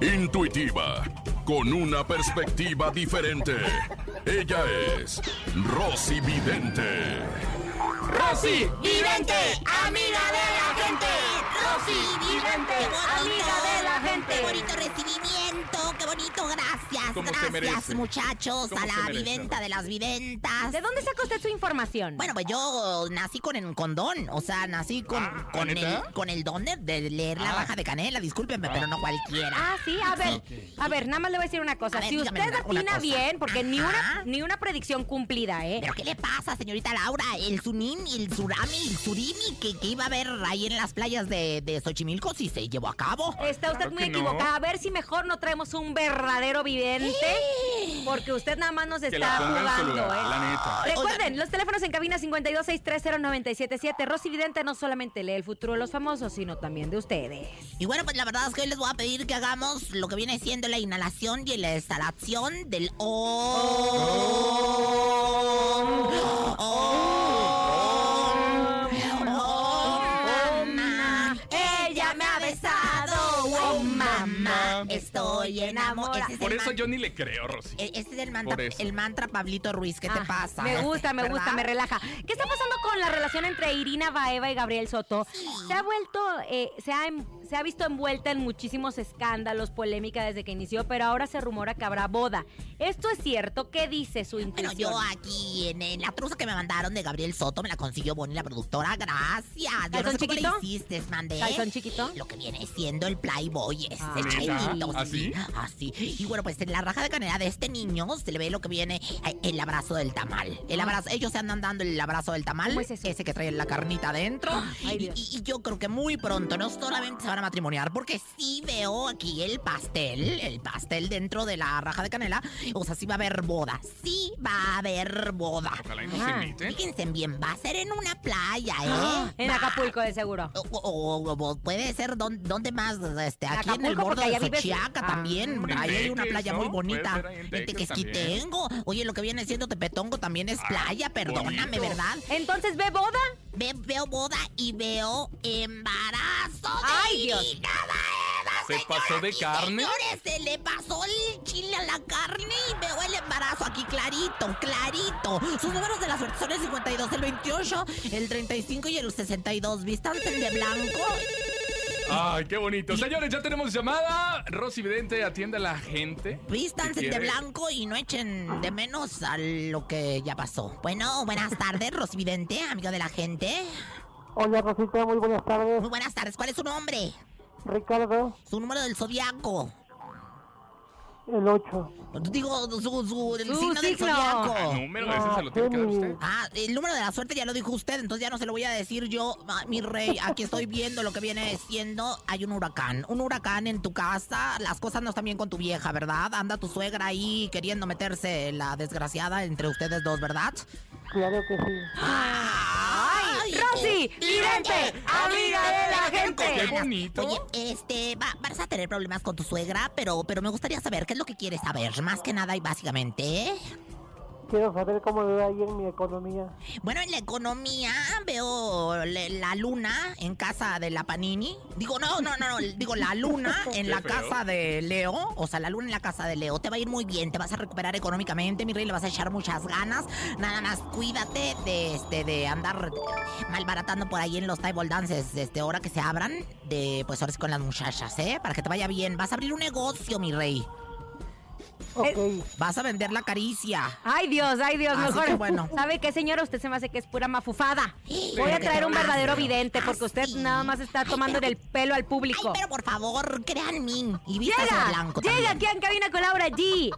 Intuitiva, con una perspectiva diferente. Ella es Rosy Vidente. Rosy Vidente, amiga de la gente. Rosy Vidente, amiga de la gente. Qué bonito recibimiento, qué bonito, gracias, Como se gracias merece. muchachos, Como a se la merece, viventa de las viventas. ¿De dónde saca usted su información? Bueno, pues yo nací con el condón, o sea, nací con, con, el, Ah, ¿neta? Ah. con el don de, de leer la baja de canela, discúlpenme, pero no cualquiera. Ah, sí, a ver, a ver, nada más le voy a decir una cosa. A ver, si dígame usted una- una opina cosa. bien, porque ni Ajá. una, ni una predicción cumplida, ¿eh? ¿Pero qué le pasa, señorita Laura? El Sunin, el Surami, el Surimi que, que iba a ver ahí en las playas de, de Xochimilco si se llevó a cabo. Está usted claro muy que no. equivocada. A ver si mejor no traemos un verdadero vidente, porque usted nada más nos Que está la ponga en su jugando, lugar, ¿eh? la neta. Recuerden, los teléfonos en cabina 52630977. Rosy Vidente no solamente lee el futuro de los famosos, sino también de ustedes. Y bueno, pues la verdad es que hoy les voy a pedir que hagamos lo que viene siendo la inhalación y la exhalación del OM. OM. OM. mamá, Ella me ha besado. Oh, mamá, estoy enamorada. Ese es Por el eso man- yo ni le creo, Rosy. e- Ese es el Por mantra, eso. el mantra Pablito Ruiz. ¿Qué Ah, te pasa? Me gusta, me gusta, ¿Verdad? me relaja. ¿Qué está pasando con la relación entre Irina Baeva y Gabriel Soto? Se ha vuelto, eh, se, ha, em- se ha visto envuelta en muchísimos escándalos, polémica desde que inició, pero ahora se rumora que habrá boda. ¿Esto es cierto? ¿Qué dice su Bueno, intuición? yo aquí en, en la truza que me mandaron de Gabriel Soto me la consiguió Bonnie, la productora. Gracias. Yo no ¿Calzón sé cómo le chiquito? hiciste, mandé. ¿Calzón chiquito? Lo que viene siendo el Playboy, este Ah. chiquito. ¿Neta? sí, Así. Y bueno, pues en la raja de canela de este niño se le ve lo que viene eh, el abrazo del tamal. El Ah. abrazo, ellos se andan dando el abrazo del tamal. ¿Cómo es eso? Ese que trae la carnita adentro. Ay, y, Dios. y- y yo creo que muy pronto no solamente se van a matrimoniar, porque sí veo aquí el pastel, el pastel dentro de la raja de canela. O sea, sí va a haber boda. Sí va a haber boda. Ojalá y nos Ajá. inviten. Fíjense bien, va a ser en una playa, Ah, ¿eh? En Va- Acapulco, de seguro. o, o- o- o puede ser don- donde más, este, aquí en el Acapulco, borde porque de allá vives- Xochiaca Ah. también. En ahí hay una Teques, playa ¿no? muy Puede bonita. ser ahí en En Teques Tequesquitengo. Oye, lo que viene siendo Tepetongo también es Ah, playa, perdóname, bonito. ¿verdad? Entonces, ¿ve boda? Ve- veo boda y veo embarazo de Ay, Dios. Irina Baeva, ¿Se señoras pasó de y carne? Señores, se le pasó el chile a la carne y veo el embarazo aquí clarito, clarito. Sus números de la suerte son el 52, el 28, el 35 y el 62. ¿Vistante de blanco? Ay, qué bonito. Señores, ya tenemos llamada. Rosy Vidente atiende a la gente. Vístanse Si de quiere. blanco y no echen de menos a lo que ya pasó. Bueno, buenas tardes, Rosvidente, amigo de la gente. Hola Rosita, muy buenas tardes. Muy buenas tardes. ¿Cuál es su nombre? Ricardo, Su número del zodiaco. el 8. Digo, su, su- el Su signo del signo. Ah, zodiaco. número, ese se lo tiene que dar usted. Ah, el número de la suerte ya lo dijo usted, entonces ya no se lo voy a decir yo, Ah, mi rey. Aquí estoy viendo lo que viene siendo. Hay un huracán. Un huracán en tu casa. Las cosas no están bien con tu vieja, ¿verdad? Anda tu suegra ahí queriendo meterse la desgraciada entre ustedes dos, ¿verdad? Claro que sí. ¡Ay! Rosy, vidente, amiga de la gente. Qué bonito. Oye, este, va- vas a tener problemas con tu suegra, pero, pero me gustaría saber qué es lo que quieres saber, más que nada y básicamente. ¿eh? Quiero saber cómo me va a ir mi economía. Bueno, en la economía veo le- la luna en casa de la Panini. Digo, no, no, no, no, digo la luna en Qué la feo. casa de Leo. O sea, la luna en la casa de Leo. Te va a ir muy bien, te vas a recuperar económicamente, mi rey, le vas a echar muchas ganas. Nada más cuídate de este de andar malbaratando por ahí en los table dances, este, ahora que se abran, de pues ahora sí con las muchachas, ¿eh? Para que te vaya bien. Vas a abrir un negocio, mi rey. Ok, Vas a vender la caricia. Ay, Dios, ay, Dios, Así mejor. que bueno. ¿Sabe qué, señora? Usted se me hace que es pura mafufada. Sí, Voy a pero traer qué un verdadero más, pero vidente más, porque usted sí. nada más está Ay, tomando pero- el pelo al Ay, público. pero por favor, créanme. Y vistas de Llega, blanco llega también. aquí en cabina con Laura G.